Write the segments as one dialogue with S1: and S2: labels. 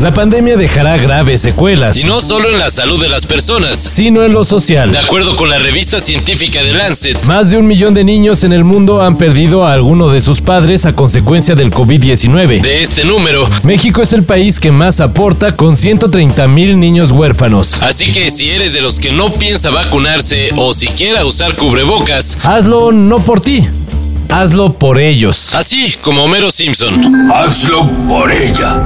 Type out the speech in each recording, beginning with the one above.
S1: La pandemia dejará graves secuelas,
S2: Y no solo en la salud de las personas.
S1: sino en lo social.
S2: De acuerdo con la revista científica de Lancet,
S1: Más de un millón de niños en el mundo han perdido a alguno de sus padres a consecuencia del COVID-19.
S2: de este número,
S1: México es el país que más aporta con 130 mil niños huérfanos.
S2: así que si eres de los que no piensa vacunarse o siquiera usar cubrebocas,
S1: Hazlo no por ti, hazlo por ellos.
S2: así como Homero Simpson.
S3: Hazlo por ella.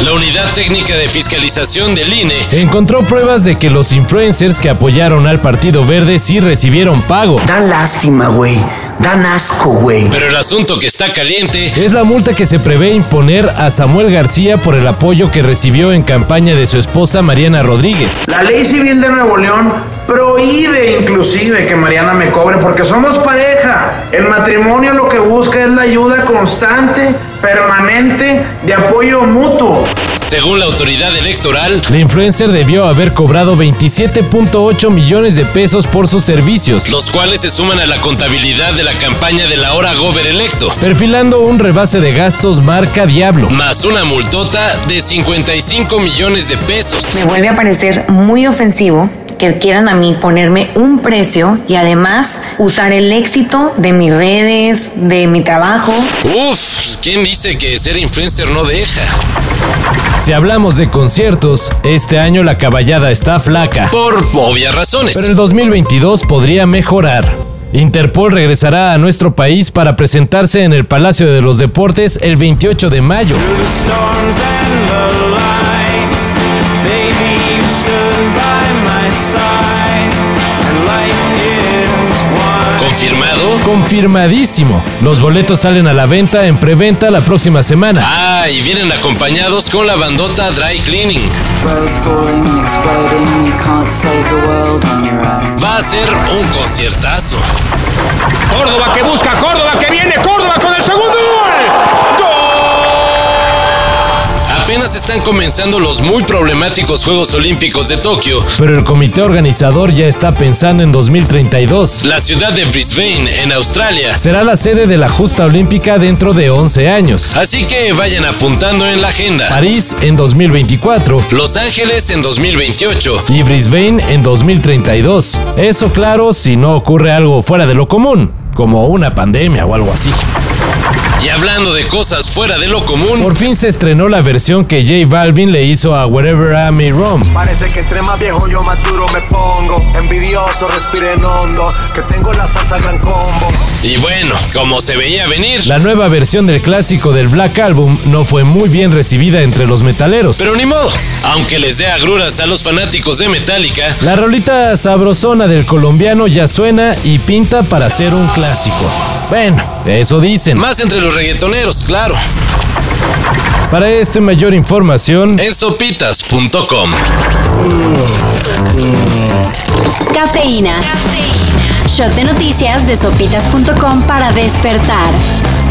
S2: La Unidad Técnica de Fiscalización del E, INE
S1: Encontró pruebas de que los influencers que apoyaron al Partido Verde sí recibieron pago.
S4: Dan lástima, güey. Dan asco, güey.
S2: Pero el asunto que está caliente
S1: Es la multa que se prevé imponer a Samuel García por el apoyo que recibió en campaña de su esposa Mariana Rodríguez.
S5: La ley civil de Nuevo León prohíbe inclusive que Mariana me cobre porque somos pareja. El matrimonio lo que busca es la ayuda constante, permanente, de apoyo mutuo.
S2: Según la autoridad electoral,
S1: La influencer debió haber cobrado 27.8 millones de pesos por sus servicios,
S2: los cuales se suman a la contabilidad de la campaña del ahora gober electo,
S1: perfilando un rebase de gastos marca Diablo.
S2: más una multota de 55 millones de pesos.
S6: Me vuelve a parecer muy ofensivo que quieran a mí ponerme un precio y además usar el éxito de mis redes, de mi trabajo.
S2: Uf, ¿quién dice que ser influencer no deja?
S1: Si hablamos de conciertos, este año la caballada está flaca,
S2: Por obvias razones.
S1: pero el 2022 podría mejorar. Interpol regresará a nuestro país para presentarse en el Palacio de los Deportes el 28 de mayo.
S2: ¿Confirmado?
S1: Confirmadísimo. Los boletos salen a la venta en preventa la próxima semana.
S2: Ah, y vienen acompañados con la bandota Dry Cleaning.
S7: World's falling, exploding. You can't save the world on your own.
S2: Va a ser un conciertazo.
S8: Córdoba que busca, Córdoba que viene, Córdoba con el segundo gol.
S2: Apenas están comenzando los muy problemáticos Juegos Olímpicos de Tokio.
S1: Pero el comité organizador ya está pensando en 2032.
S2: La ciudad de Brisbane, en Australia.
S1: Será la sede de la justa olímpica dentro de 11 años.
S2: Así que vayan apuntando en la agenda.
S1: París en 2024
S2: Los Ángeles en 2028.
S1: y Brisbane en 2032. Eso claro si no ocurre algo fuera de lo común, como una pandemia o algo así.
S2: Y hablando de cosas fuera de lo común,
S1: Por fin se estrenó la versión que J Balvin le hizo a Wherever I May Roam.
S9: Parece que entre más viejo yo más duro me pongo. Envidioso, respiren hondo. Que tengo la salsa gran combo.
S2: y bueno, como se veía venir,
S1: La nueva versión del clásico del Black Album no fue muy bien recibida entre los metaleros.
S2: Pero ni modo, aunque les dé agruras a los fanáticos de Metallica,
S1: La rolita sabrosona del colombiano ya suena y pinta para ser un clásico. Bueno, eso dicen.
S2: más entre los reggaetoneros, claro,
S1: Para esto y mayor información,
S2: en sopitas.com.
S10: Cafeína. Shot de noticias de sopitas.com para despertar.